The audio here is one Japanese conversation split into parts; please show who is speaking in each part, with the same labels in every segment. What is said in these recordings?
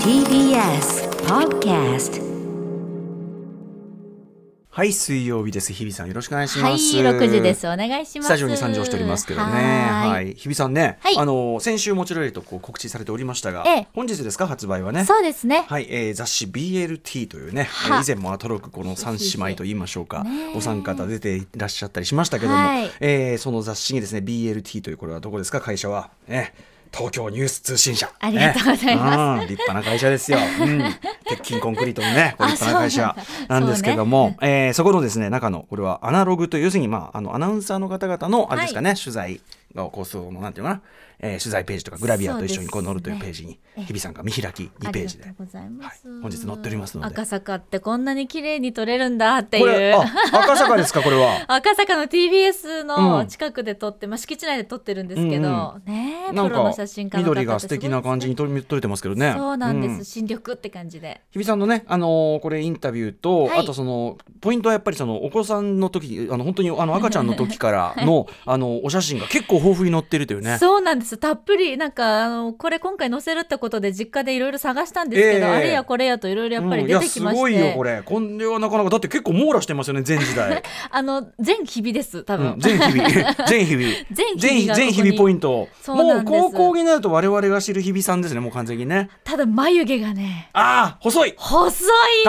Speaker 1: TBS Podcast
Speaker 2: はい、水曜日です。日比さん、よろしくお願いし
Speaker 3: は
Speaker 2: ま
Speaker 3: い、
Speaker 2: す。
Speaker 3: 6時です。お願いします。
Speaker 2: スタジオに参上しておりますけどね。はい
Speaker 3: い。
Speaker 2: 日比さんね、
Speaker 3: はい
Speaker 2: あの、先週もちろんとこう告知されておりましたが、
Speaker 3: ええ
Speaker 2: 本日ですか、発売はね。
Speaker 3: そうですね。
Speaker 2: はい、えー雑誌 BLT というね、え
Speaker 3: は
Speaker 2: ー以前もアトロックこの三姉妹と言いましょうか、
Speaker 3: ねえ
Speaker 2: お三方出ていらっしゃったりしましたけども、
Speaker 3: はい
Speaker 2: えーその雑誌にですね、BLT というこれはどこですか、会社は。ね東京ニュース通信社。
Speaker 3: ありがとうございます
Speaker 2: ねうん立派な会社ですよ。うん、鉄筋コンクリートのね、これ立派な会社
Speaker 3: あそうなんだ
Speaker 2: なんですけども、えーそこのですね、中の、これはアナログという、要するに、まあ、あの、アナウンサーの方々の、あれですかね、取材の、こう、その、なんていうのかな、えー取材ページとかグラビアと一緒にこう載るというページに、日比さんが見開き2ページで
Speaker 3: ありがとうございます、
Speaker 2: はい本日載っておりますので
Speaker 3: 赤坂ってこんなに綺麗に撮れるんだって
Speaker 2: これ
Speaker 3: いう
Speaker 2: あ。赤坂ですかこれは
Speaker 3: 赤坂の TBS
Speaker 2: う
Speaker 3: の
Speaker 2: ん
Speaker 3: 近くで撮って、まあ敷地内で撮ってるんですけ
Speaker 2: う
Speaker 3: ど、 ねえ、プ
Speaker 2: なん
Speaker 3: ロの
Speaker 2: か
Speaker 3: 写真家の方って
Speaker 2: 緑が素敵な感じに
Speaker 3: 撮
Speaker 2: 撮り撮れてますけどね
Speaker 3: そうなんです。
Speaker 2: ん
Speaker 3: 新緑って感じで。
Speaker 2: 日比さんのね、あのーこれインタビューと、
Speaker 3: はい
Speaker 2: あとそのポイントはやっぱりそのお子さんの時あの本当にあの赤ちゃんの時からの、 あのお写真が結構豊富に載ってるというね
Speaker 3: そうなんですたっぷりなんかあのこれ今回載せるってことで実家でいろいろ探したんですけど、
Speaker 2: ええ
Speaker 3: あれやこれやといろいろやっぱり
Speaker 2: うん
Speaker 3: 出てきまして、
Speaker 2: いやすごいよこれこれはなかなかだって結構網羅してますよね全 時代、
Speaker 3: あの全日々です多
Speaker 2: う
Speaker 3: 分、
Speaker 2: ん、全日々全日々
Speaker 3: 全日々が
Speaker 2: 全日
Speaker 3: ここ
Speaker 2: 全
Speaker 3: に
Speaker 2: 日々ポイント
Speaker 3: そう
Speaker 2: も
Speaker 3: な
Speaker 2: うん
Speaker 3: です
Speaker 2: 高校になると我々が知る日比さんですねもう完全にね
Speaker 3: ただ眉毛がね
Speaker 2: ああ細い
Speaker 3: 細い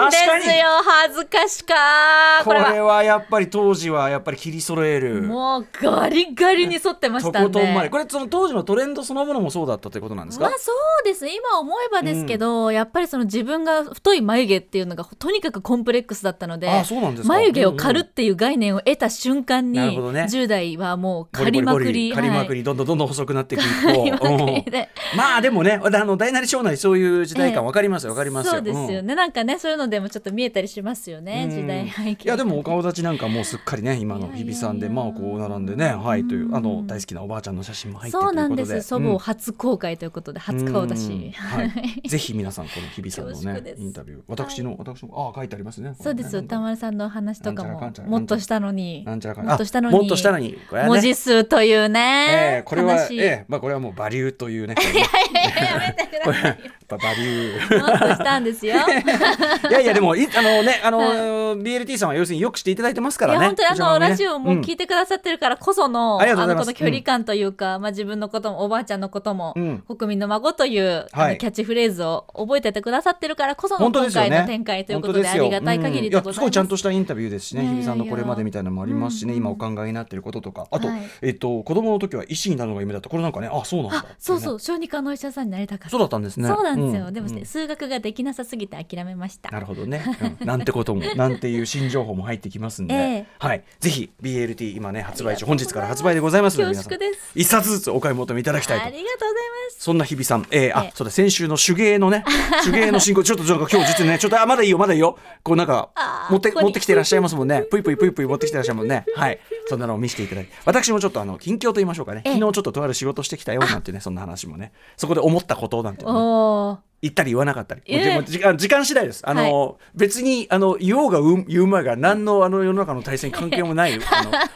Speaker 3: んで
Speaker 2: 確
Speaker 3: すよ恥ずかしか
Speaker 2: こ
Speaker 3: こ
Speaker 2: れ
Speaker 3: れは
Speaker 2: はやっぱり当時はやっぱり切り揃える
Speaker 3: もうガリガリに剃ってまし
Speaker 2: と
Speaker 3: た
Speaker 2: こ
Speaker 3: ん
Speaker 2: と
Speaker 3: で
Speaker 2: んまでこれその当時のトレンドそのものもそうだったということなんです
Speaker 3: ま
Speaker 2: か
Speaker 3: あ、そうですね今思えばですけど、やっぱりその自分が太い眉毛っていうのがとにかくコンプレックスだったので
Speaker 2: あそうなんですか
Speaker 3: 眉毛を刈る
Speaker 2: う
Speaker 3: っ
Speaker 2: ん
Speaker 3: ていう概念を得た瞬間に、
Speaker 2: なるほどね
Speaker 3: 10代はもう
Speaker 2: ゴ
Speaker 3: 刈りまく
Speaker 2: ゴ
Speaker 3: り
Speaker 2: 刈りまく
Speaker 3: はい
Speaker 2: りどんどんどんどん細く なっていく一方
Speaker 3: 刈りまくり
Speaker 2: うん
Speaker 3: で
Speaker 2: まあでもねあの大なり小なりそういう時代感わかりますよわかりますよ
Speaker 3: そうですよね、
Speaker 2: うん
Speaker 3: なんかねそういうのでもちょっと見えたりしますよね、
Speaker 2: うん
Speaker 3: 時代背景
Speaker 2: いやでもお顔立ちなんかもうすっかりね今の日比さんで
Speaker 3: いやいやい
Speaker 2: まあ
Speaker 3: や
Speaker 2: こう並んでねはいというあの
Speaker 3: うん
Speaker 2: 大好きなおばあちゃんの写真も入ってという
Speaker 3: そう
Speaker 2: ことで
Speaker 3: なんです祖
Speaker 2: うん
Speaker 3: 母初公開ということで初顔出
Speaker 2: うん
Speaker 3: し、
Speaker 2: はい、ぜひ皆さんこの日比さんの
Speaker 3: 恐縮
Speaker 2: ね
Speaker 3: です
Speaker 2: インタビュー私の、私のああ書いてありますねこれ ね
Speaker 3: そうですよ歌丸さんのお話とか
Speaker 2: なんちゃらか
Speaker 3: も
Speaker 2: んちゃら
Speaker 3: もっとしたのに
Speaker 2: なんちゃらかん
Speaker 3: もっとしたのに
Speaker 2: あもっとしたのにこれはね
Speaker 3: 文字数という
Speaker 2: ええ
Speaker 3: ね、
Speaker 2: これは
Speaker 3: 悲、し
Speaker 2: え
Speaker 3: い、
Speaker 2: えまあ、これはもうバリューというね。これね
Speaker 3: やめてく
Speaker 2: こ
Speaker 3: だ
Speaker 2: れ
Speaker 3: さ
Speaker 2: やっ
Speaker 3: い
Speaker 2: ぱバリュー。
Speaker 3: よもっとしたんです よ
Speaker 2: いやいや、でも、いあのね、あの、BLT さんは要するによくしていただいてますか
Speaker 3: い
Speaker 2: ら
Speaker 3: や
Speaker 2: ね。
Speaker 3: 本当にあ
Speaker 2: こちら
Speaker 3: の、
Speaker 2: もね
Speaker 3: ラジオも聞いてくださってるからこその、
Speaker 2: んありがとうござ
Speaker 3: の
Speaker 2: いま
Speaker 3: こ
Speaker 2: す
Speaker 3: の距離感というか、まあ自分のこともおばあちゃんのことも、
Speaker 2: うん
Speaker 3: 国民の孫という、あの
Speaker 2: はい
Speaker 3: キャッチフレーズを覚えててくださってるからこそ
Speaker 2: うん本
Speaker 3: の
Speaker 2: 当
Speaker 3: 今
Speaker 2: ですよ
Speaker 3: 回
Speaker 2: ね。
Speaker 3: の展開ということ
Speaker 2: 本
Speaker 3: で
Speaker 2: 当
Speaker 3: あ
Speaker 2: すよ
Speaker 3: りがたい限りで
Speaker 2: うん
Speaker 3: ご
Speaker 2: い
Speaker 3: ざいます。
Speaker 2: やすごいちゃんとしたインタビューですしね、
Speaker 3: ねえ
Speaker 2: 日比さんのこれまでみたいなのもありますしね、
Speaker 3: いや
Speaker 2: 今お考えになっていることとか、あと、
Speaker 3: はい
Speaker 2: えっと、子供の時は医師になるのが夢だった。これなんかね、あ、そうなんだ、。
Speaker 3: あ、そうそうう、小児科のお医者さんになりたかった。
Speaker 2: そうだったんですね。
Speaker 3: そうなんですよ。
Speaker 2: うん
Speaker 3: でも、
Speaker 2: うん
Speaker 3: 数学ができなさすぎて諦めました。
Speaker 2: なるほどね、うんなんて こともなんていう新情報も入ってきますんで、
Speaker 3: ええ
Speaker 2: はい、ぜひ BLT 今ね発売中本日から発売でございますので皆さん
Speaker 3: 恐縮です
Speaker 2: 一冊ずつお買い求めいただきた
Speaker 3: あ
Speaker 2: いと
Speaker 3: りがとうございます。
Speaker 2: そんな日比さん、えーあ
Speaker 3: ええ
Speaker 2: そうだ先週の手 芸のね手芸の進行ちょっとなんか今日実はねちょっとあまだいいよまだいいよこうなんか
Speaker 3: あー
Speaker 2: 持って
Speaker 3: ここに
Speaker 2: 持ってきていらっしゃいますも んねぷいぷいぷいぷい持ってきていらっしゃいますもんねはいそんなのを見せていただいて私もちょっとあの近況と言いましょうかね
Speaker 3: ええ
Speaker 2: 昨日ちょっととある仕事してきたよなんてねそんな話もねそこで思ったことなんていうのね
Speaker 3: おー。
Speaker 2: 言ったり言わなかったり、
Speaker 3: ええ
Speaker 2: もう時間時間次第です。あの、別にあの言おうがう言うまいが何のあの世の中の体制に関係 もないあ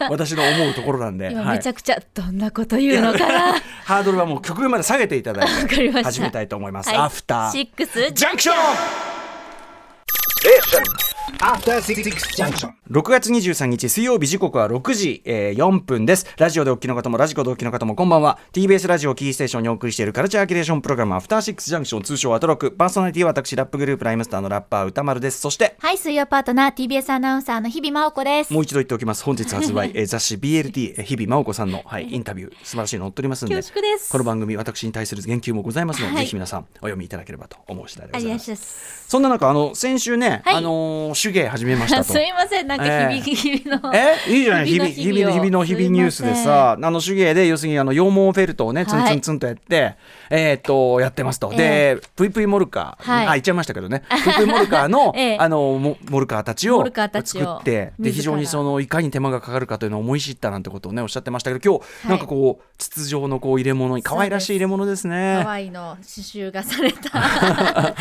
Speaker 2: の私の思うところなんで、
Speaker 3: 今
Speaker 2: はい
Speaker 3: めちゃくちゃ、どんなこと言うのかな。わ
Speaker 2: ハードルはもう極限まで下げていただい
Speaker 3: かりまし
Speaker 2: て
Speaker 3: た。
Speaker 2: 始めたいと思います。
Speaker 3: はい
Speaker 2: アフタ
Speaker 3: シ
Speaker 2: ー
Speaker 3: ックス
Speaker 2: ジャンクション。
Speaker 4: After Six Junction.
Speaker 2: 6月23日水曜日時刻は6時、えー4分です。ラジオでお聞きの方もラジコでお聞きの方もこんばんは。TBS ラジオをキーステーションにお送りしているカルチャーキュレーションプログラムアフターシックスジャンクション通称アトロック。パーソナリティは私ラップグループライムスターのラッパー歌丸です。そして
Speaker 3: はい、水曜パートナー TBS アナウンサーの日々真央子です。
Speaker 2: もう一度言っておきます。本日 発売、えー雑誌 BLT、えー日々真央子さんの、はい、インタビュー、素晴らしいの載っておりますんで、
Speaker 3: 恐縮です
Speaker 2: この番組、私に対する言及もございますので、
Speaker 3: はい
Speaker 2: ぜひ皆さん、お読みいただければと思う次第で
Speaker 3: あ
Speaker 2: ご
Speaker 3: り
Speaker 2: ざ
Speaker 3: が
Speaker 2: いま
Speaker 3: とうござ
Speaker 2: す。
Speaker 3: います。
Speaker 2: そんな中、あの、先週ね、
Speaker 3: はい
Speaker 2: あのー手芸始めました と。
Speaker 3: すいません、なんか
Speaker 2: ええ
Speaker 3: 日々、日々の。
Speaker 2: えいいじゃない日々日々の日々の日々ニュースでさあの手芸で要するにあの羊毛フェルトをねツンツンツンとやって、えーっとやってますと、でプイプイモルカー、
Speaker 3: はい
Speaker 2: あ言っちゃいましたけどねプイプイモルカーの、
Speaker 3: ええ
Speaker 2: あのモモルカーたちを
Speaker 3: モルカーたち
Speaker 2: 作
Speaker 3: を
Speaker 2: ってで
Speaker 3: 自ら
Speaker 2: 非常にそのいかに手間がかかるかというのを思い知ったなんてことをねおっしゃってましたけど今日、
Speaker 3: はい
Speaker 2: なんかこう筒状のこう入れ物に可愛らしい入れ物ですね
Speaker 3: ハ。ワイの刺繍がされ たあ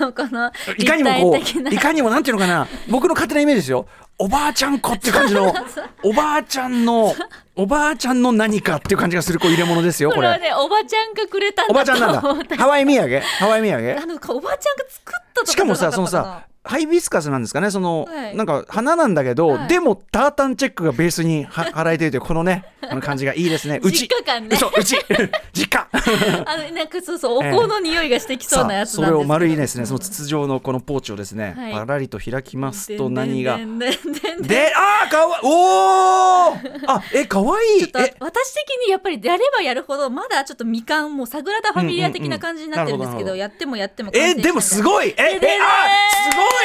Speaker 3: のこの
Speaker 2: いかにもこ
Speaker 3: 立体的な
Speaker 2: う、いかにもなんていうのかな、僕の勝手なイメージですよ。おばあちゃん子って感 じの、おばあちゃんの、おばあちゃんの何かっていう感じがするこう入れ物ですよ、
Speaker 3: こ
Speaker 2: こ
Speaker 3: れは
Speaker 2: れ。
Speaker 3: ねおばちゃんがくれたん
Speaker 2: おば
Speaker 3: だ
Speaker 2: あちゃんなん
Speaker 3: と思った
Speaker 2: だ。ハワイ土産ハワイ土産
Speaker 3: あのおばあちゃんが作ったとか
Speaker 2: しかもさ、
Speaker 3: じ
Speaker 2: そ
Speaker 3: ゃ
Speaker 2: の
Speaker 3: なったか
Speaker 2: さ、ハイビスカスなんですかね、その、
Speaker 3: はい
Speaker 2: なんか花なんだけど、
Speaker 3: はい
Speaker 2: でもタータンチェックがベースには 払えてるという、このね、この感じがいいですね。うち。
Speaker 3: 実家感ね
Speaker 2: そう、うち。 実家。
Speaker 3: なあのなんかそうそうお香の匂いがしてき そうなやつ
Speaker 2: そ
Speaker 3: なんですけど
Speaker 2: れを丸いですね、その筒状のこのポーチをですね、
Speaker 3: はい
Speaker 2: パラリと開きますと何が
Speaker 3: で。んでんでんでんでんでん
Speaker 2: で、ああ、かわおーあ、え、かわいい。
Speaker 3: あ
Speaker 2: え、
Speaker 3: 私的にやっぱりやればやるほどまだちょっとみかんもサグラダ・ファミリア的な感じになってるんですけど,、
Speaker 2: うんうんうん
Speaker 3: やってもやっても
Speaker 2: え、でもす
Speaker 3: い
Speaker 2: ごい。え、え
Speaker 3: でで、で
Speaker 2: あ、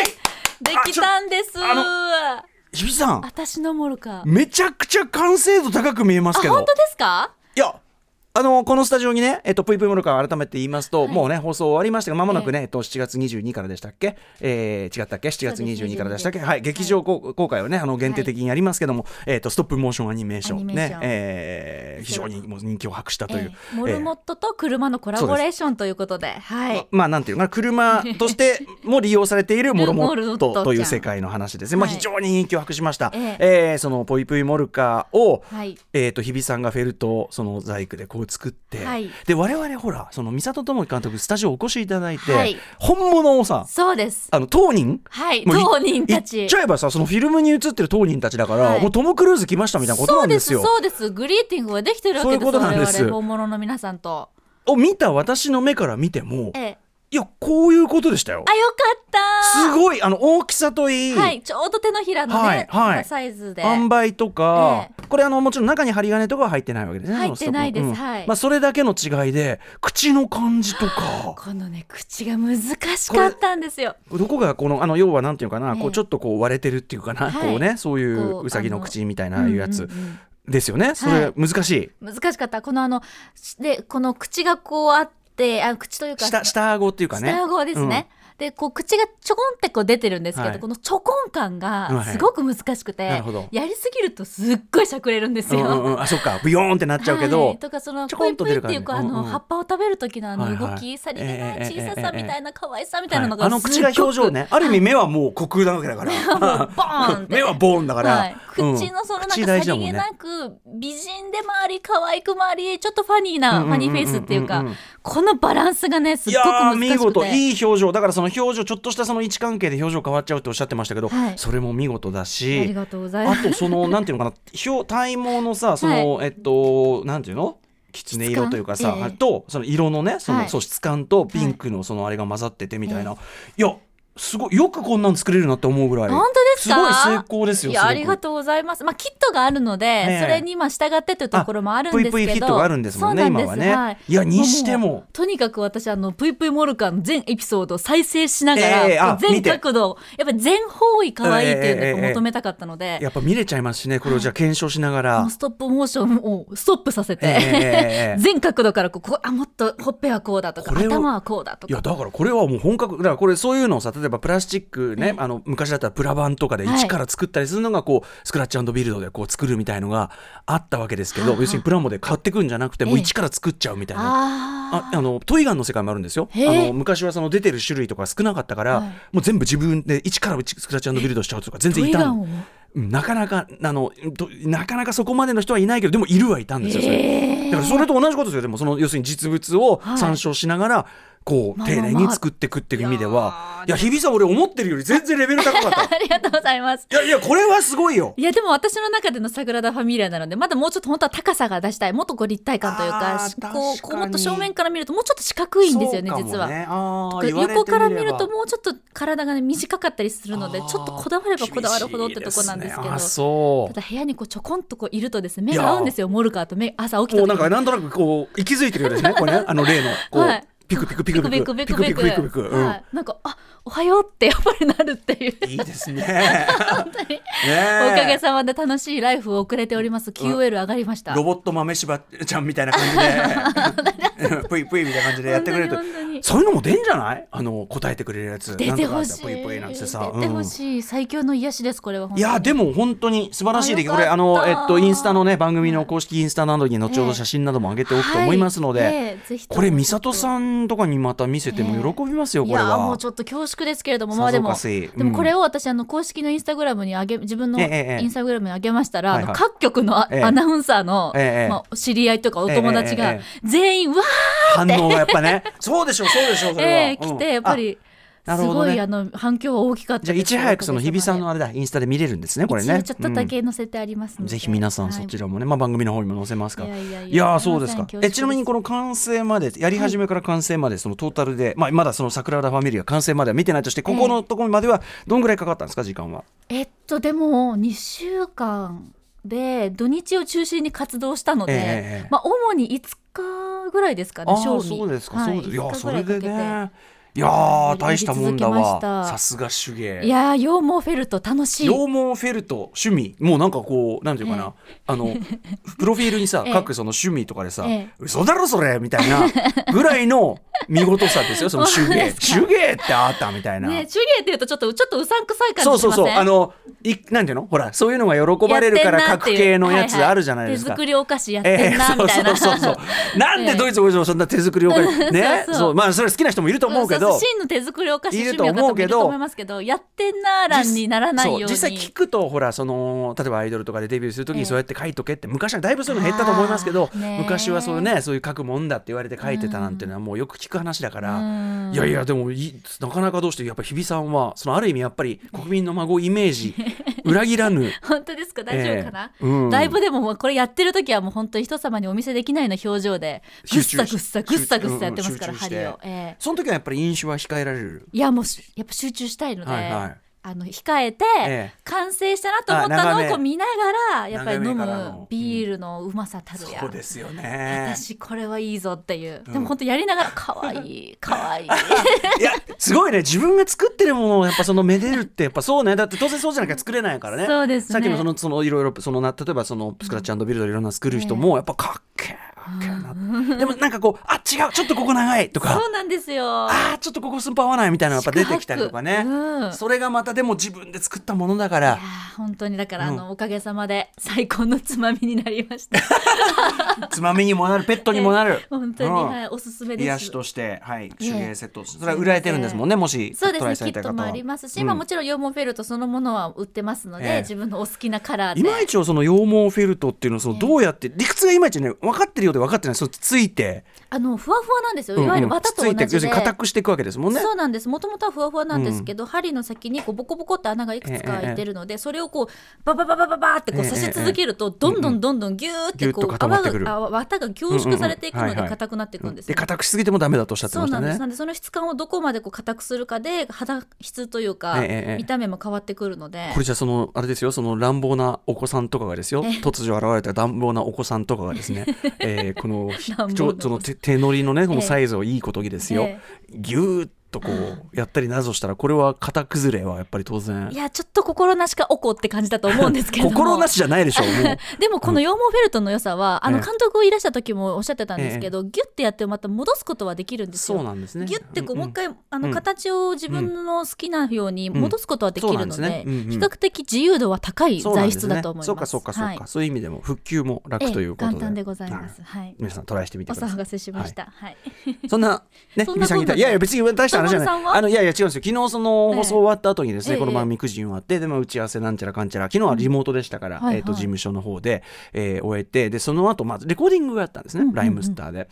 Speaker 2: す
Speaker 3: できたんです
Speaker 2: あちょごい。ひびさん、
Speaker 3: 私のもるか
Speaker 2: めちゃくちゃ完成度高く見えます
Speaker 3: あ
Speaker 2: けど。
Speaker 3: 本当ですか
Speaker 2: いやあのこのスタジオにね、えっと、ぷいぷいモルカー改めて言いますと、もうね、放送終わりましたが、まもなくね、えっと、7月22からでしたっけ、えー違ったっけ、7月22からでしたっけ、
Speaker 3: 22
Speaker 2: はい、劇場公公開をね、あの限定的にやりますけども、えっと、ストップモーションアニメーショ
Speaker 3: ア
Speaker 2: ン、
Speaker 3: ニメーショ
Speaker 2: ね
Speaker 3: ン、
Speaker 2: えー非常にもう人気を博したという
Speaker 3: え。えモルモットと車のコラボレーションということで、は
Speaker 2: えー
Speaker 3: い。
Speaker 2: まあ、なんていうのかな車としても利用されて いるモルモットという世界の話ですね、まあ、
Speaker 3: はい
Speaker 2: 非常に人気を博しました、
Speaker 3: ええ
Speaker 2: えーそのぽいぷいモルカーを、
Speaker 3: はい
Speaker 2: えー、と日比さんがフェルトをその細工でこう作って、
Speaker 3: はい
Speaker 2: で我々ほらその三里智樹監督スタジオお越しいただいて、
Speaker 3: はい
Speaker 2: 本物をさ
Speaker 3: そうです。
Speaker 2: あの当人
Speaker 3: はい。
Speaker 2: もうい
Speaker 3: 当人た
Speaker 2: 言
Speaker 3: ち
Speaker 2: っち。ゃえばさそのフィルムに映ってる当人たちだから、
Speaker 3: はい
Speaker 2: もうトム・クルーズ来ましたみたいなこと
Speaker 3: そ
Speaker 2: な
Speaker 3: うん
Speaker 2: で
Speaker 3: ですす、
Speaker 2: よ。
Speaker 3: そうです。グリーティングができてるわけです
Speaker 2: そういうことなんです
Speaker 3: 我々本物の皆さんと。
Speaker 2: を見た私の目から見ても
Speaker 3: ええ。
Speaker 2: いやこういうことでしたよ
Speaker 3: あ、。よかった
Speaker 2: すごいあの大きさといい、
Speaker 3: はい。ちょうど手のひらのね、
Speaker 2: はいはい
Speaker 3: サイズで。
Speaker 2: 販売とか、
Speaker 3: え
Speaker 2: これあのもちろん中に針金とかは入ってないわけですね。
Speaker 3: 入ってないです
Speaker 2: そのストップ
Speaker 3: はい
Speaker 2: まあそれだけの違いで口の感じとか。
Speaker 3: このね、口が難しかったんですよ。
Speaker 2: どこがこのあの要はなんていうか
Speaker 3: え
Speaker 2: な、
Speaker 3: え
Speaker 2: こうちょっとこう割れてるっていうかな、
Speaker 3: はい
Speaker 2: こうねそうい
Speaker 3: こ
Speaker 2: う
Speaker 3: う
Speaker 2: うさぎの口みたいな
Speaker 3: あ
Speaker 2: あ
Speaker 3: の
Speaker 2: あいうやつ
Speaker 3: うんうんうん
Speaker 2: ですよね、それ難しい、
Speaker 3: 難しかった。このあの、しで、この口がこうあって、あ、口というか、
Speaker 2: 下下顎っていうかね
Speaker 3: 下顎ですね、でこう口がちょこんってこう出てるんですけど、
Speaker 2: はい
Speaker 3: このちょこん感がすごく難しくて、
Speaker 2: はいなるほど
Speaker 3: やりすぎるとすっごいしゃくれるんです
Speaker 2: うん、
Speaker 3: よ。
Speaker 2: うんうんうんあそっかブヨーンってなっちゃうけど、
Speaker 3: はいとかその
Speaker 2: ちょ
Speaker 3: ぷ
Speaker 2: こ
Speaker 3: い
Speaker 2: んと
Speaker 3: ぷ
Speaker 2: 出
Speaker 3: い
Speaker 2: る
Speaker 3: っ
Speaker 2: 感
Speaker 3: て
Speaker 2: じ
Speaker 3: いうか、
Speaker 2: うん
Speaker 3: あ
Speaker 2: うん
Speaker 3: の葉っぱを食べる時のあの動き、
Speaker 2: はいはい
Speaker 3: さりげない小ささみたいな可愛さみたいな
Speaker 2: は
Speaker 3: いのが
Speaker 2: あの口が表情ねある意味目はもう虚空なわけだから
Speaker 3: すっごく もうボーンって
Speaker 2: 目はボーンだから、
Speaker 3: はい、
Speaker 2: うん
Speaker 3: 口のそのなんか
Speaker 2: 口
Speaker 3: さ
Speaker 2: 大事だ
Speaker 3: り
Speaker 2: もん
Speaker 3: げ
Speaker 2: ね
Speaker 3: なく美人でもあり可愛くもありちょっとファニーな
Speaker 2: うんうんうんうんうん
Speaker 3: ファニーフェイスっていうかこのバランスがねすっ
Speaker 2: い
Speaker 3: ご
Speaker 2: や
Speaker 3: く難
Speaker 2: ー
Speaker 3: しくて
Speaker 2: 見事いい表情だからその表情ちょっとしたその位置関係で表情変わっちゃうっておっしゃってましたけど、
Speaker 3: はい
Speaker 2: それも見事だし
Speaker 3: ありがとうございま
Speaker 2: あ
Speaker 3: す
Speaker 2: とそのなんていうのかな表体毛のさその、えっとなんていうの狐色というかさ、
Speaker 3: 質感ええ
Speaker 2: とその色のねその、
Speaker 3: はい
Speaker 2: そう質感とピンクのそのあれが混ざっててみたいな、い、やすごいよくこんなん作れるなって思うぐらい
Speaker 3: 本当ですか
Speaker 2: すごい成功ですよ
Speaker 3: いや
Speaker 2: すごく
Speaker 3: ありがとうございますまあキットがあるので、
Speaker 2: ええ
Speaker 3: それにまあ従ってというところもあるんですけど
Speaker 2: あぷいぷいキットがあるんですもんね
Speaker 3: そうなんで
Speaker 2: 今は
Speaker 3: す
Speaker 2: ね
Speaker 3: はい、
Speaker 2: いやにしても
Speaker 3: ううとにかく私あのぷいぷいモルカーの全エピソードを再生しながら、
Speaker 2: ええあ見
Speaker 3: 全
Speaker 2: て
Speaker 3: 角度やっぱり全方位可愛いっていうのを
Speaker 2: ええ
Speaker 3: や
Speaker 2: ええ
Speaker 3: っぱ求めたかったので、
Speaker 2: やっぱ見れちゃいますしねこれをじゃあ検証しながら、
Speaker 3: もうストップモーションをストップさせて、
Speaker 2: えええ え
Speaker 3: 全角度からこうこうあもっとほっぺはこうだとか
Speaker 2: これを
Speaker 3: 頭はこうだと
Speaker 2: いや
Speaker 3: か。
Speaker 2: だからこれはもう本格だからこれそういうのをさ例えばプラスチックね、あの昔だったらプラ板とかで
Speaker 3: はい
Speaker 2: 一から作ったりするのがこう、スクラッチビルドでこう作るみたいのがあったわけですけ
Speaker 3: は
Speaker 2: ど、
Speaker 3: あはあ
Speaker 2: 要するにプラモで買ってくんじゃなくても
Speaker 3: え
Speaker 2: う
Speaker 3: え
Speaker 2: 一から作っちゃうみたいな。あ
Speaker 3: あー
Speaker 2: あのトイガンの世界もあるんですよあ
Speaker 3: へえ
Speaker 2: の昔はその出てる種類とか少なかったから、
Speaker 3: はい
Speaker 2: もう全部自分で一からスクラッチビルドしちゃうとか全
Speaker 3: ト
Speaker 2: 然い
Speaker 3: イ
Speaker 2: た
Speaker 3: ガ
Speaker 2: ん
Speaker 3: ンを
Speaker 2: うんなかなかあのとなかなかそこまでの人はいないけどでもいるはいたんですよ、それ
Speaker 3: え
Speaker 2: だからそれと同じことですよでもその要するに実物を
Speaker 3: はい
Speaker 2: 参照しながら、こう
Speaker 3: まあまあ
Speaker 2: 丁寧に作っていくっていう意味では、いや日比さん俺思ってるより全然レベル高か っ
Speaker 3: ありがとうございます。
Speaker 2: たいやいやこれはすごいよ
Speaker 3: いやでも私の中でのサグラダ・ファミリアなのでまだもうちょっと本当は高さが出したいもっとこう立体感という
Speaker 2: あ
Speaker 3: か
Speaker 2: ー
Speaker 3: しこう
Speaker 2: 確か
Speaker 3: こ
Speaker 2: に
Speaker 3: うもっと正面から見るともうちょっと四角いんですよね
Speaker 2: そうかも
Speaker 3: 実は。
Speaker 2: あー言われてみれば
Speaker 3: 横から見るともうちょっと体がね短かったりするのでちょっとこだわればこだわるほどってとこなんですけど
Speaker 2: 厳しいねあそう
Speaker 3: ただ部屋にこうちょこんとこういるとですね目が合うんですよモルカーと目朝起きた時に
Speaker 2: もうなんかなんとなくこう息づいてるようです ねこれねあの例のこう、
Speaker 3: はい
Speaker 2: ピクピクピクピク
Speaker 3: ビクビクビクビクビク
Speaker 2: うん
Speaker 3: はいなんかあおはようってやっぱりなるっていう
Speaker 2: いいですね 本当にねえ
Speaker 3: おかげさまで楽しいライフを送れております QL 上がりました
Speaker 2: ロボット豆柴ちゃんみたいな感じで、ぷいぷいみたいな感じでやってくれると
Speaker 3: 本当に本当、に
Speaker 2: そういうのも出んじゃないあの答えてくれるやつ
Speaker 3: 出てほ
Speaker 2: なん
Speaker 3: し
Speaker 2: と
Speaker 3: い
Speaker 2: かあったぷいぷいなんてさ、
Speaker 3: 出てほしい、最強の癒しですこれは本
Speaker 2: い
Speaker 3: 当に
Speaker 2: やでも本当に素晴らしい出来
Speaker 3: あ
Speaker 2: これ
Speaker 3: よ
Speaker 2: あ
Speaker 3: か
Speaker 2: の
Speaker 3: った
Speaker 2: えっとインスタのね番組の公式インスタなどに後ほ
Speaker 3: え
Speaker 2: ど
Speaker 3: え
Speaker 2: 写真なども上げておくと思いますので、
Speaker 3: はいええぜひとも
Speaker 2: これ美里さんとかにまた見せても喜びますよ、
Speaker 3: い
Speaker 2: これ
Speaker 3: や
Speaker 2: は
Speaker 3: もうちょっと恐縮ですけれどもまあでも、
Speaker 2: さぞかしうん
Speaker 3: でもこれを私あの公式のインスタグラムに上げ自分の
Speaker 2: え
Speaker 3: イ
Speaker 2: えええ
Speaker 3: ンスタグラムに上げましたら、
Speaker 2: はい
Speaker 3: あ
Speaker 2: はい
Speaker 3: の各局のあ
Speaker 2: ええ
Speaker 3: アナウンサーの、
Speaker 2: ええ
Speaker 3: まあ、知り合いとかお友達
Speaker 2: ええ
Speaker 3: が
Speaker 2: え
Speaker 3: 全員わ
Speaker 2: 反応がやっぱねそうでしょうそうでしょう
Speaker 3: ー
Speaker 2: それは、
Speaker 3: って
Speaker 2: う
Speaker 3: 来
Speaker 2: ん
Speaker 3: てやっぱり、
Speaker 2: あなる
Speaker 3: す
Speaker 2: ほど
Speaker 3: ご
Speaker 2: ね
Speaker 3: いあの反響は大きかった
Speaker 2: じゃあいち早くその日比さんのあれだインスタで見れるんですねこ
Speaker 3: こ
Speaker 2: れ
Speaker 3: れ
Speaker 2: ね
Speaker 3: ねちょっとだけ載せてありますの
Speaker 2: うん
Speaker 3: で、
Speaker 2: ぜひ皆さんそちらもね、まあ、番組の方にも載せますから
Speaker 3: いやいやいや
Speaker 2: ーそうですか
Speaker 3: 皆さん恐縮
Speaker 2: え
Speaker 3: です
Speaker 2: ちなみにこの完成までやり始めから完成までそのトータルで、まあ、まだその桜田ファミリーが完成までは見てないとしてここのところまではどんぐらいかかったんですか時間は
Speaker 3: えっとでも2週間で土日を中心に活動したので、
Speaker 2: ええええ
Speaker 3: まあ、主に5日ぐらいですかね
Speaker 2: ああ
Speaker 3: 正
Speaker 2: ー
Speaker 3: 味
Speaker 2: そうですか、
Speaker 3: はい
Speaker 2: そうですいや
Speaker 3: 5日
Speaker 2: そ
Speaker 3: ぐら
Speaker 2: れ
Speaker 3: いか
Speaker 2: で
Speaker 3: けて
Speaker 2: ねいやー大したもんだ
Speaker 3: やり続け
Speaker 2: わ
Speaker 3: ました
Speaker 2: さすが手芸
Speaker 3: いやー羊毛フェルト楽しい
Speaker 2: 羊毛フェルト趣味もうなんかこうなんていうかな、あのプロフィールにさ、
Speaker 3: ええ
Speaker 2: 書くその趣味とかでさ、
Speaker 3: ええ
Speaker 2: 嘘だろそれみた いなぐらいの見事さですよその手
Speaker 3: そう
Speaker 2: 芸
Speaker 3: ですか
Speaker 2: 手芸ってあったみたいな、
Speaker 3: ね手芸っていうとちょっとちょっとうさんくさい感じし
Speaker 2: そ
Speaker 3: ま
Speaker 2: う
Speaker 3: せ
Speaker 2: そ
Speaker 3: ん
Speaker 2: うそうあのいなんていうのほらそういうのが喜ばれるから
Speaker 3: やってんなって
Speaker 2: 各
Speaker 3: いう
Speaker 2: 系のやつ
Speaker 3: はは
Speaker 2: あるじゃないですか、
Speaker 3: 手作りお菓子やっ
Speaker 2: え
Speaker 3: て
Speaker 2: え
Speaker 3: んなみたいな、
Speaker 2: そうそうそうそうなんでドイツおじもそんな手作りおかげ ね
Speaker 3: そうそう
Speaker 2: そうまあそれ好きな人もいると思うけ
Speaker 3: そ
Speaker 2: ど
Speaker 3: そ真の手作りお菓子
Speaker 2: いる
Speaker 3: 趣
Speaker 2: と
Speaker 3: 味の方
Speaker 2: 思う
Speaker 3: もい
Speaker 2: け
Speaker 3: る
Speaker 2: ど
Speaker 3: と思いますけどやってんな欄にならないように
Speaker 2: そう実際聞くとほらその例えばアイドルとかでデビューするとき
Speaker 3: え
Speaker 2: に
Speaker 3: え
Speaker 2: そうやって書いとけって、昔はだいぶそういうの減ったと思いますけど
Speaker 3: あーねー
Speaker 2: 昔はそういうねそういう書くもんだって言われて書いてたなんていうのはもうよく聞く話だから、
Speaker 3: うん
Speaker 2: いやいやでもいいなかなかどうしてやっぱ日比さんはそのある意味やっぱり国民の孫イメージ裏切らぬ
Speaker 3: 本当ですか大丈夫かな、
Speaker 2: ええうん
Speaker 3: だいぶでももうこれやってる時はもう本当に人様にお見せできないような表情でぐっ
Speaker 2: 集中
Speaker 3: さぐ
Speaker 2: し
Speaker 3: っさぐっさぐっさやってますから
Speaker 2: 集中して
Speaker 3: 針を、ええ
Speaker 2: その時はやっぱり飲酒は控えられる
Speaker 3: いやもうしやっぱ集中したいので、
Speaker 2: はいはい
Speaker 3: あの控えて、
Speaker 2: ええ
Speaker 3: 完成したなと思った
Speaker 2: あ
Speaker 3: の
Speaker 2: 眺
Speaker 3: を
Speaker 2: め
Speaker 3: こう見ながらやっぱり飲
Speaker 2: 眺めからの
Speaker 3: むビールのうまさたるや、
Speaker 2: そうですよね
Speaker 3: 私これはいいぞっていう、でも本当やりながら可 愛い可愛い
Speaker 2: いやすごいね自分が作ってるものをやっぱそのめでるってやっぱそうねだって当然そうじゃなきゃ作れないからね
Speaker 3: そうですね
Speaker 2: さっきのそのそのいろいろそのな例えばそのスクラッチビルドでいろんな作る人もやっぱかっけえかっけえなでもなんかこうあ違うちょっとここ長いとか
Speaker 3: そうなんですよ
Speaker 2: あーちょっとここ寸法合わないみたいなのがやっぱ出てきたりとかね、
Speaker 3: 四角うん
Speaker 2: それがまたでも自分で作ったものだか
Speaker 3: い
Speaker 2: ら
Speaker 3: やー本当にだから、あのおかげさまで最高のつまみになりました
Speaker 2: つまみにもなるペットにもなる
Speaker 3: 本当に、
Speaker 2: うん
Speaker 3: はい、おすすめです
Speaker 2: 癒しとして、はい、手芸セット、それは
Speaker 3: え
Speaker 2: 売られてるんですもんね、もし、
Speaker 3: そうで
Speaker 2: トライ
Speaker 3: す
Speaker 2: さ
Speaker 3: ねキ
Speaker 2: れた
Speaker 3: ッ
Speaker 2: い方
Speaker 3: ト
Speaker 2: は
Speaker 3: もありますし、
Speaker 2: うん
Speaker 3: まあもちろん羊毛フェルトそのものは売ってますので、
Speaker 2: ええ
Speaker 3: 自分のお好きなカラーで
Speaker 2: いまいちその羊毛フェルトっていうのはそのどうやって、理屈がいまいちね分かってるようで分かってないそのついて、
Speaker 3: あのふわふわなんですよ、
Speaker 2: うんうん
Speaker 3: いわゆる綿と同
Speaker 2: つい
Speaker 3: じで
Speaker 2: て要するに固くしていくわけですもんね。
Speaker 3: そうなんですもともとはふわふわなんですけど、針の先にこうボコボコって穴がいくつか開いてるので、それをこうババババババってこう
Speaker 2: ええ
Speaker 3: 刺し続けると、どんどんどんどんギューってこ
Speaker 2: ギュッと
Speaker 3: う
Speaker 2: 固まって
Speaker 3: 泡
Speaker 2: くる
Speaker 3: があ綿が凝縮されていく
Speaker 2: うんう
Speaker 3: の
Speaker 2: んうんはいは
Speaker 3: で
Speaker 2: い
Speaker 3: 硬くなっていくんです
Speaker 2: で
Speaker 3: よね
Speaker 2: 固くしすぎてもダメだとおっしゃって
Speaker 3: そ
Speaker 2: ま
Speaker 3: う
Speaker 2: した
Speaker 3: なんです、
Speaker 2: ね
Speaker 3: な。んでその質感をどこまでこう硬くするかで肌質というか、
Speaker 2: ええええ
Speaker 3: 見た目も変わってくるので
Speaker 2: これじゃあそのあれですよその乱暴なお子さんとかがですよ突如現れた乱暴なお子さんとかが ですね、えーこのひ
Speaker 3: 乱暴な
Speaker 2: ちょその手手乗りのねこの
Speaker 3: ええ
Speaker 2: サイズをいいことぎですよ、
Speaker 3: え
Speaker 2: ぎゅーっとこうやったりなぞしたらこれは型崩れはやっぱり当然
Speaker 3: いやちょっと心なしかおこって感じだと思うんですけれども
Speaker 2: 心なしじゃないでしょうもう
Speaker 3: でもこの羊毛フェルトの良さは、あ
Speaker 2: え
Speaker 3: の
Speaker 2: え
Speaker 3: 監督いらした時もおっしゃってたんですけど、ギュッてやってもまた戻すことはできるんですよ。
Speaker 2: そうなんですね
Speaker 3: ギュッてこうもう一回、あ
Speaker 2: う
Speaker 3: の
Speaker 2: ん
Speaker 3: 形を自分の好きなように戻すことはできるので,、
Speaker 2: うんそうなんですねうんうん
Speaker 3: 比較的自由度は高い
Speaker 2: そうな
Speaker 3: 材
Speaker 2: んです
Speaker 3: 質
Speaker 2: ね
Speaker 3: だと思います。
Speaker 2: そうかそうかそうか、
Speaker 3: はい
Speaker 2: そういう意味でも復旧も
Speaker 3: え
Speaker 2: 楽
Speaker 3: え
Speaker 2: ということで。
Speaker 3: 簡単でございます。
Speaker 2: は
Speaker 3: はい。
Speaker 2: 皆さんトライしてみて
Speaker 3: お
Speaker 2: ください。
Speaker 3: 騒がせしました。はい。
Speaker 2: そんな、ね、
Speaker 3: そんな
Speaker 2: みさんに
Speaker 3: こんな
Speaker 2: 対いやいや、別に大した話じゃ
Speaker 3: タ
Speaker 2: な
Speaker 3: モリ
Speaker 2: い。
Speaker 3: さんは
Speaker 2: あの、いやいや、違うんですよ。昨日、その、
Speaker 3: ええ
Speaker 2: 放送終わった後にですね、
Speaker 3: ええ
Speaker 2: この番組9時に終わって、で、まあ、打ち合わせなんちゃらかんちゃら、昨日はリモートでしたから、
Speaker 3: はいはい
Speaker 2: えっ、と、事務所の方で、えー終えて、で、その後、まあ、レコーディングがあったんですね、ライムスターで。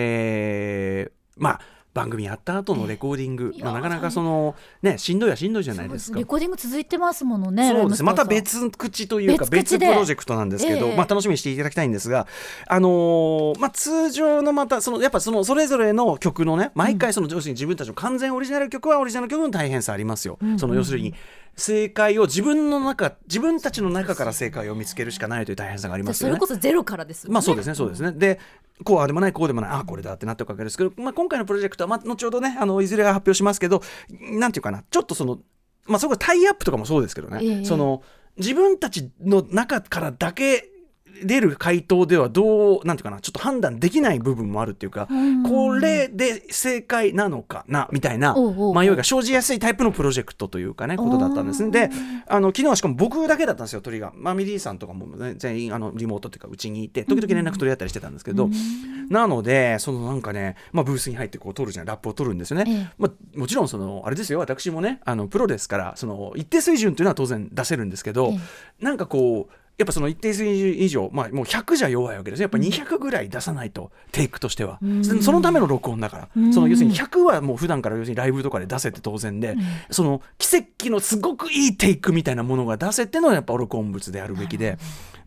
Speaker 2: で、まあ、番組やった後のレコーディング、
Speaker 3: いや
Speaker 2: まあ、なかなかその、ね、しんどいはしんどいじゃないですか
Speaker 3: レ。コーディング続いてますものね。
Speaker 2: そうですまた
Speaker 3: ライムス
Speaker 2: 別口というか別
Speaker 3: 別口
Speaker 2: プ
Speaker 3: で
Speaker 2: ロジェクトなんですけど、
Speaker 3: ええ
Speaker 2: まあ、楽しみにしていただきたいんですが、あのーまあ、通常のまたそのやっぱそのそれぞれの曲のね毎回その要するに自分たちの完全オリジナル曲はオリジナル曲の大変さありますよ、その要するに正解を自分の中自分たちの中から正解を見つけるしかないという大変さがあり
Speaker 3: ターさんはそれ
Speaker 2: ますよね
Speaker 3: こ。そゼロからですよね。
Speaker 2: まあそうですね、そうですね。で、こうああでもない、こうでもない、ああ、これだってなっておくわけですけど、まあ、今回のプロジェクトは、まあ、後ほどね、あのいずれ発表しますけど、なんていうかな、ちょっとその、まあ、そこはタイアップとかもそうですけどね、
Speaker 3: ええ
Speaker 2: その自分たちの中からだけ出る回答ではどうなんていうかなちょっと判断できない部分もあるっていうか、これで正解なのかなみたいな
Speaker 3: おうおうおう
Speaker 2: 迷いが生じやすいタイプのプロジェクトというかねことだったんですねであの昨日はしかも僕だけだったんですよ鳥がマミリーさんとかも、ね、全員あのリモートっていうかうちにいて時々連絡取り合ったりしてたんですけど、なのでそのなんかね、まあ、ブースに入ってこう撮るじゃんラップを撮るんですよね、
Speaker 3: ええ
Speaker 2: まあ、もちろんそのあれですよ私もねあのプロですからその一定水準というのは当然出せるんですけど、
Speaker 3: え
Speaker 2: なんかこうやっぱその一定水準以上、まあ、もう100じゃ弱いわけですよやっぱ200ぐらい出さないと、テイクとしては、そそのための録音だから、その要するに100はもう普段から要するにライブとかで出せて当然で、その奇跡のすごくいいテイクみたいなものが出せてのやっぱ録音物であるべきで。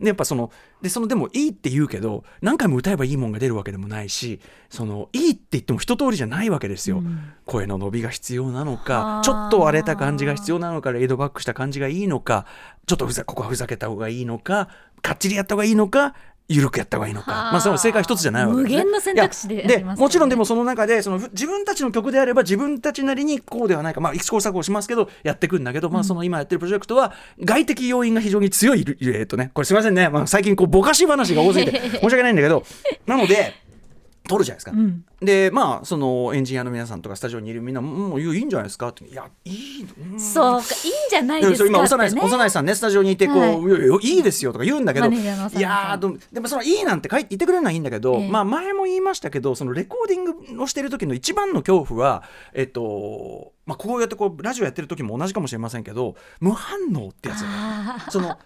Speaker 2: でやっぱそのでそのでもいいって言うけど何回も歌えばいいもんが出るわけでもないしそのいいって言っても一通りじゃないわけですよ、声の伸びが必要なの
Speaker 3: は
Speaker 2: か
Speaker 3: あ
Speaker 2: ちょっと荒れた感じが必要なのかレイドバックした感じがいいのかちょっとふざここはふざけた方がいいのかかっちりやった方がいいのかゆるくやった方がいいのか、
Speaker 3: はあ
Speaker 2: まあ、それも正解一つじゃないわけです、ね、
Speaker 3: 無限の選択肢で
Speaker 2: いや
Speaker 3: ありますからね
Speaker 2: もちろんでもその中でそのふ自分たちの曲であれば自分たちなりにこうではないかまあ試行錯誤しますけどやっていくんだけど、まあその今やってるプロジェクトは外的要因が非常に強いえーっとねこれすいませんね、まあ、最近こうぼかし話が多す ぎて申し訳ないんだけどなので撮るじゃないですか。
Speaker 3: ん
Speaker 2: でまあそのエンジニアの皆さんとかスタジオにいるみんなもういいんじゃないですかっていやいいうん
Speaker 3: そうかいいんじゃない
Speaker 2: で
Speaker 3: で
Speaker 2: も
Speaker 3: す
Speaker 2: そ
Speaker 3: かっ
Speaker 2: れ今幼い
Speaker 3: てね
Speaker 2: 幼いさんねスタジオにいてこう、
Speaker 3: はい
Speaker 2: いやいやいいですよとか言うんだけ
Speaker 3: マ
Speaker 2: ど
Speaker 3: ネージャーの幼いさん
Speaker 2: いやーどうでもそのいいなんて書いて言ってくれるのはいいんだけど、
Speaker 3: ええ
Speaker 2: まあ前も言いましたけどそのレコーディングをしてる時の一番の恐怖はえっとまあこうやってこうラジオやってる時も同じかもしれませんけど無反応ってやつだね
Speaker 3: あ
Speaker 2: その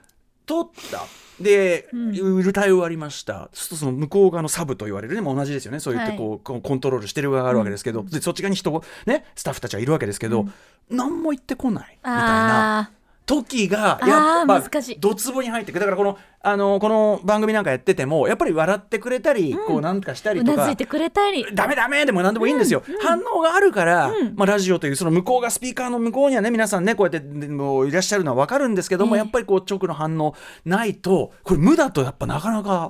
Speaker 2: 撮ったで、歌い終わりましたそうするとその向こう側のサブと言われるでも同じですよねそう言ってこう、こうコントロールしてる側があるわけですけど、でそっち側に人をねスタッフたちはいるわけですけど、何も言ってこないみたいな。
Speaker 3: あ
Speaker 2: 時が
Speaker 3: あー
Speaker 2: やっぱ
Speaker 3: 難しい
Speaker 2: どつぼに入ってくだからこのあのこの番組なんかやっててもやっぱり笑ってくれたり、こうなんかした
Speaker 3: ー
Speaker 2: り
Speaker 3: う
Speaker 2: と
Speaker 3: なず
Speaker 2: か
Speaker 3: い。てくれたり
Speaker 2: ダメダメでも何でもいいんですよ、反応があるから、まあ、ラジオというその向こうがスピーカーの向こうにはね皆さんねこうやってでもういらっしゃるのは分かるんですけども、
Speaker 3: ええ
Speaker 2: やっぱりこう直の反応ないとこれ無だとやっぱなかなか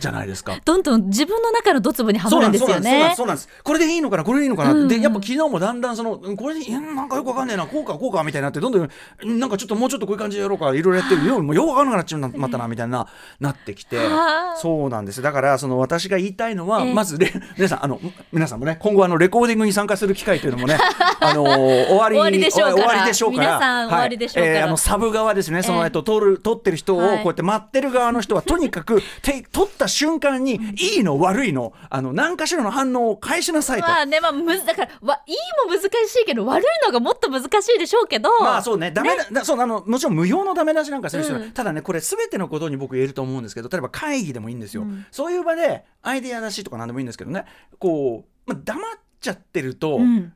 Speaker 2: じゃないですか。
Speaker 3: どんどん自分の中のドツボには
Speaker 2: そ
Speaker 3: ま
Speaker 2: う
Speaker 3: る
Speaker 2: なん
Speaker 3: で
Speaker 2: んですす
Speaker 3: よね
Speaker 2: そうなんですそうなんですこれでいいのかなこれでいいのかな、
Speaker 3: うんうん
Speaker 2: でやっぱ昨日もだんだんそのうんこれでいいうんなんかよくわかんねえなこうかこうかみたいになってどんどんうんなんかちょっともうちょっとこういう感じでやろうかいろいろやってるようもうようわかんなくなっちゃうなまったなみたいななってきて
Speaker 3: はあ
Speaker 2: そうなんですだからその私が言いたいのは、
Speaker 3: ええ
Speaker 2: まずレ 皆さんあの皆さんもね今後あのレコーディングに参加する機会というのも ねあの終わり
Speaker 3: 終わりでしょうから
Speaker 2: 終わりでしょうから
Speaker 3: 皆さん終わりでしょうから
Speaker 2: はいえーあのサブ側ですねその、
Speaker 3: ええ
Speaker 2: えっと撮る撮ってる人をこう
Speaker 3: はい
Speaker 2: やって待ってる側の人はとにかく て撮った瞬間にいいの悪いのあの何かしらの反応を返しなさいと。
Speaker 3: まあねまあむずだからわいいも難しいけど悪いのがもっと難しいでしょうけど
Speaker 2: まあそうね、ダメだ、だそうあのもちろん無用のダメ出しなんかする人は、
Speaker 3: うん
Speaker 2: ただね、これ、すべてのことに僕言えると思うんですけど、例えば会議でもいいんですよ、そういう場で、アイデア出しとかなんでもいいんですけどね、こう、まあ、黙っちゃってると、
Speaker 3: うん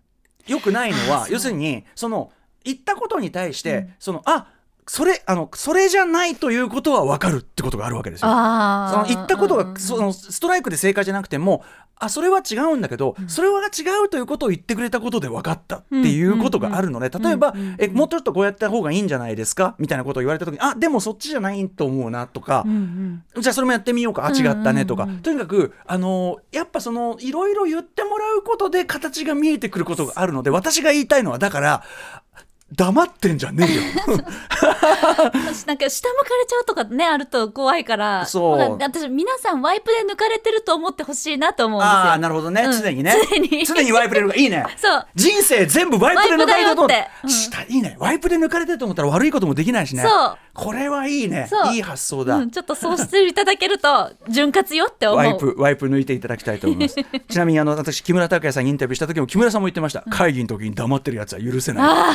Speaker 2: よくないのは要するにその言ったことに対して、そのあそれあのそれじゃないということは分かるってことがあるわけですよ。
Speaker 3: あ
Speaker 2: その
Speaker 3: あ
Speaker 2: 言ったこと
Speaker 3: うんうん
Speaker 2: がそのストライクで正解じゃなくてもあそれは違うんだけど、それは違うということを言ってくれたことで分かったっていうことがあるので、例えば、えもうちょっとこうやった方がいいんじゃないですかみたいなことを言われた時にあでもそっちじゃないと思うなとか、じゃあそれもやってみようかあ違ったねとか、とにかくあのやっぱそのいろいろ言ってもらうことで形が見えてくることがあるので私が言いたいのはだから黙ってんじゃねえ よ。
Speaker 3: 私なんか下向かれちゃうとかねあると怖いから
Speaker 2: そう
Speaker 3: なんか私皆さんワイプで抜かれてると思ってほしいなと思うんですよ
Speaker 2: ああなるほどね、
Speaker 3: うん
Speaker 2: 常にね
Speaker 3: 常に
Speaker 2: ワイプで抜かれいいね
Speaker 3: そう
Speaker 2: 人生全部ワイプで抜かれてると思
Speaker 3: ワイプ
Speaker 2: っ
Speaker 3: だよ
Speaker 2: て
Speaker 3: って、うん
Speaker 2: したいいねワイプで抜かれてると思ったら悪いこともできないしね
Speaker 3: そう
Speaker 2: これはいいね
Speaker 3: そう
Speaker 2: いい発想だ、
Speaker 3: うんちょっとそうしていただけると潤滑よって思う
Speaker 2: ワイプワイプ抜いていただきたいと思 いますちなみにあの私木村拓哉さんにインタビューした時も木村さんも言ってました、会議の時に黙ってるやつは許せな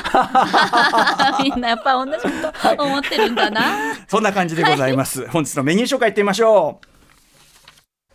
Speaker 2: い
Speaker 3: みんなやっぱ同じこと思ってるんだな、
Speaker 2: そんな感じでございます、本日のメニュー紹介いってみましょう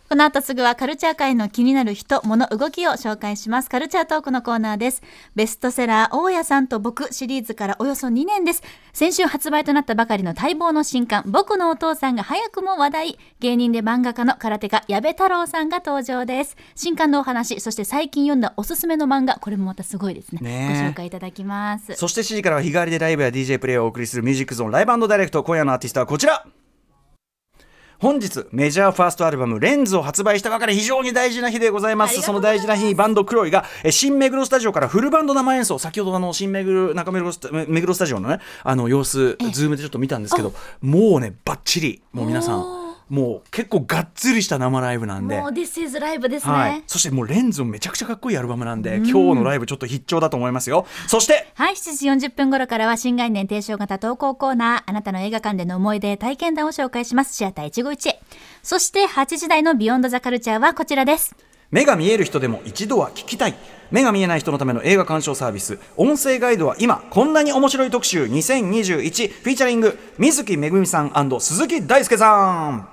Speaker 5: この後すぐはカルチャー界の気になる人、物、動きを紹介します。カルチャートークのコーナーです。ベストセラー、大家さんと僕シリーズからおよそ2年です。先週発売となったばかりの待望の新刊、僕のお父さんが早くも話題。芸人で漫画家の空手家、矢部太郎さんが登場です。新刊のお話、そして最近読んだおすすめの漫画、これもまたすごいですね。
Speaker 2: ね
Speaker 5: ご
Speaker 2: え
Speaker 5: 紹介いただきます。
Speaker 2: そして7時からは日替わりでライブや DJ プレイをお送りするミュージックゾーンライブダイレクト今夜のアーティストはこちら本日メジャーファーストアルバム「レンズ」を発売したばかり非常に大事な日でございますその大事な日にバンドクロイがえ新目黒スタジオからフルバンド生演奏先ほどあの新目黒中目黒スタ目黒スタジオのねあの様子ズームでちょっと見たんですけどもうねバッチリもう皆さんもう結構がっつりした生ライブなんで
Speaker 3: もう This is ライブですね。
Speaker 2: は
Speaker 3: はい
Speaker 2: い、、そしてもうレンズもめちゃくちゃかっこいいアルバムなんで、今日のライブちょっと必聴だと思いますよそして
Speaker 3: 7時40分頃からは新概念提唱型投稿コーナー、あなたの映画館での思い出体験談を紹介します。シアター151へ。そして8時台のビヨンドザカルチャーはこちらです。
Speaker 2: 目が見える人でも一度は聞きたい目が見えない人のための映画鑑賞サービス音声ガイドは今こんなに面白い特集2021フィーチャリング水木めぐみさん鈴木大輔さん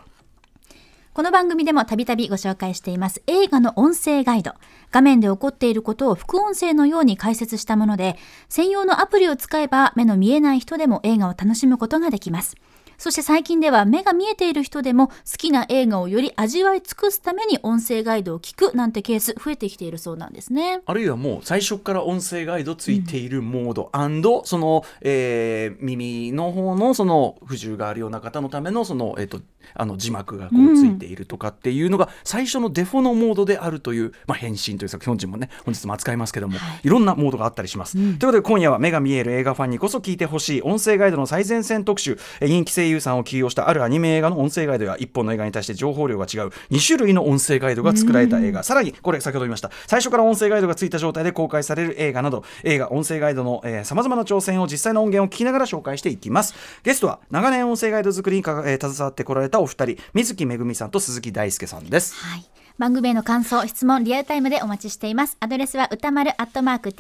Speaker 3: この番組でもたびたびご紹介しています映画の音声ガイド。画面で起こっていることを副音声のように解説したもので、専用のアプリを使えば目の見えない人でも映画を楽しむことができます。そして最近では目が見えている人でも好きな映画をより味わい尽くすために音声ガイドを聞くなんてケース増えてきているそうなんですね。
Speaker 2: あるいはもう最初から音声ガイドついているモード、and その、えー耳の方のその不自由があるような方のためのその、えっとあの字幕がこうついているとかっていうのが最初のデフォのモードであるという、まあ、変身という作品もね本日も扱いますけども、い、ろんなモードがあったりします。ということで今夜は目が見える映画ファンにこそ聞いてほしい音声ガイドの最前線特集えー人気声優さんを起用したあるアニメ映画の音声ガイドや一本の映画に対して情報量が違う2種類の音声ガイドが作られた映画、さらにこれ先ほど言いました最初から音声ガイドがついた状態で公開される映画など映画音声ガイドのさまざまな挑戦を実際の音源を聞きながら紹介していきますゲストは長年音声ガイド作りにか、えー携わってこられたお二人水木めぐみさんと鈴木大輔さんです
Speaker 3: はい。番組への感想、質問、リアルタイムでお待ちしています。アドレスは歌丸アットマーク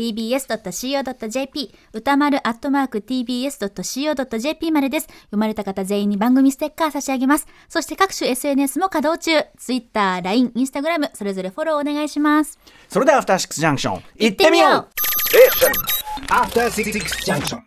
Speaker 3: tbs.co.jp 歌丸アットマーク tbs.co.jp までです。読まれた方全員に番組ステッカー差し上げます。そして各種 SNS も稼働中。Twitter、LINE、Instagram、それぞれフォローお願いします。
Speaker 2: それではアフターシックスジャンクション行っ
Speaker 3: 行って
Speaker 2: てみ
Speaker 3: み
Speaker 2: よ
Speaker 3: よ
Speaker 2: う
Speaker 3: う
Speaker 4: After Six Junction.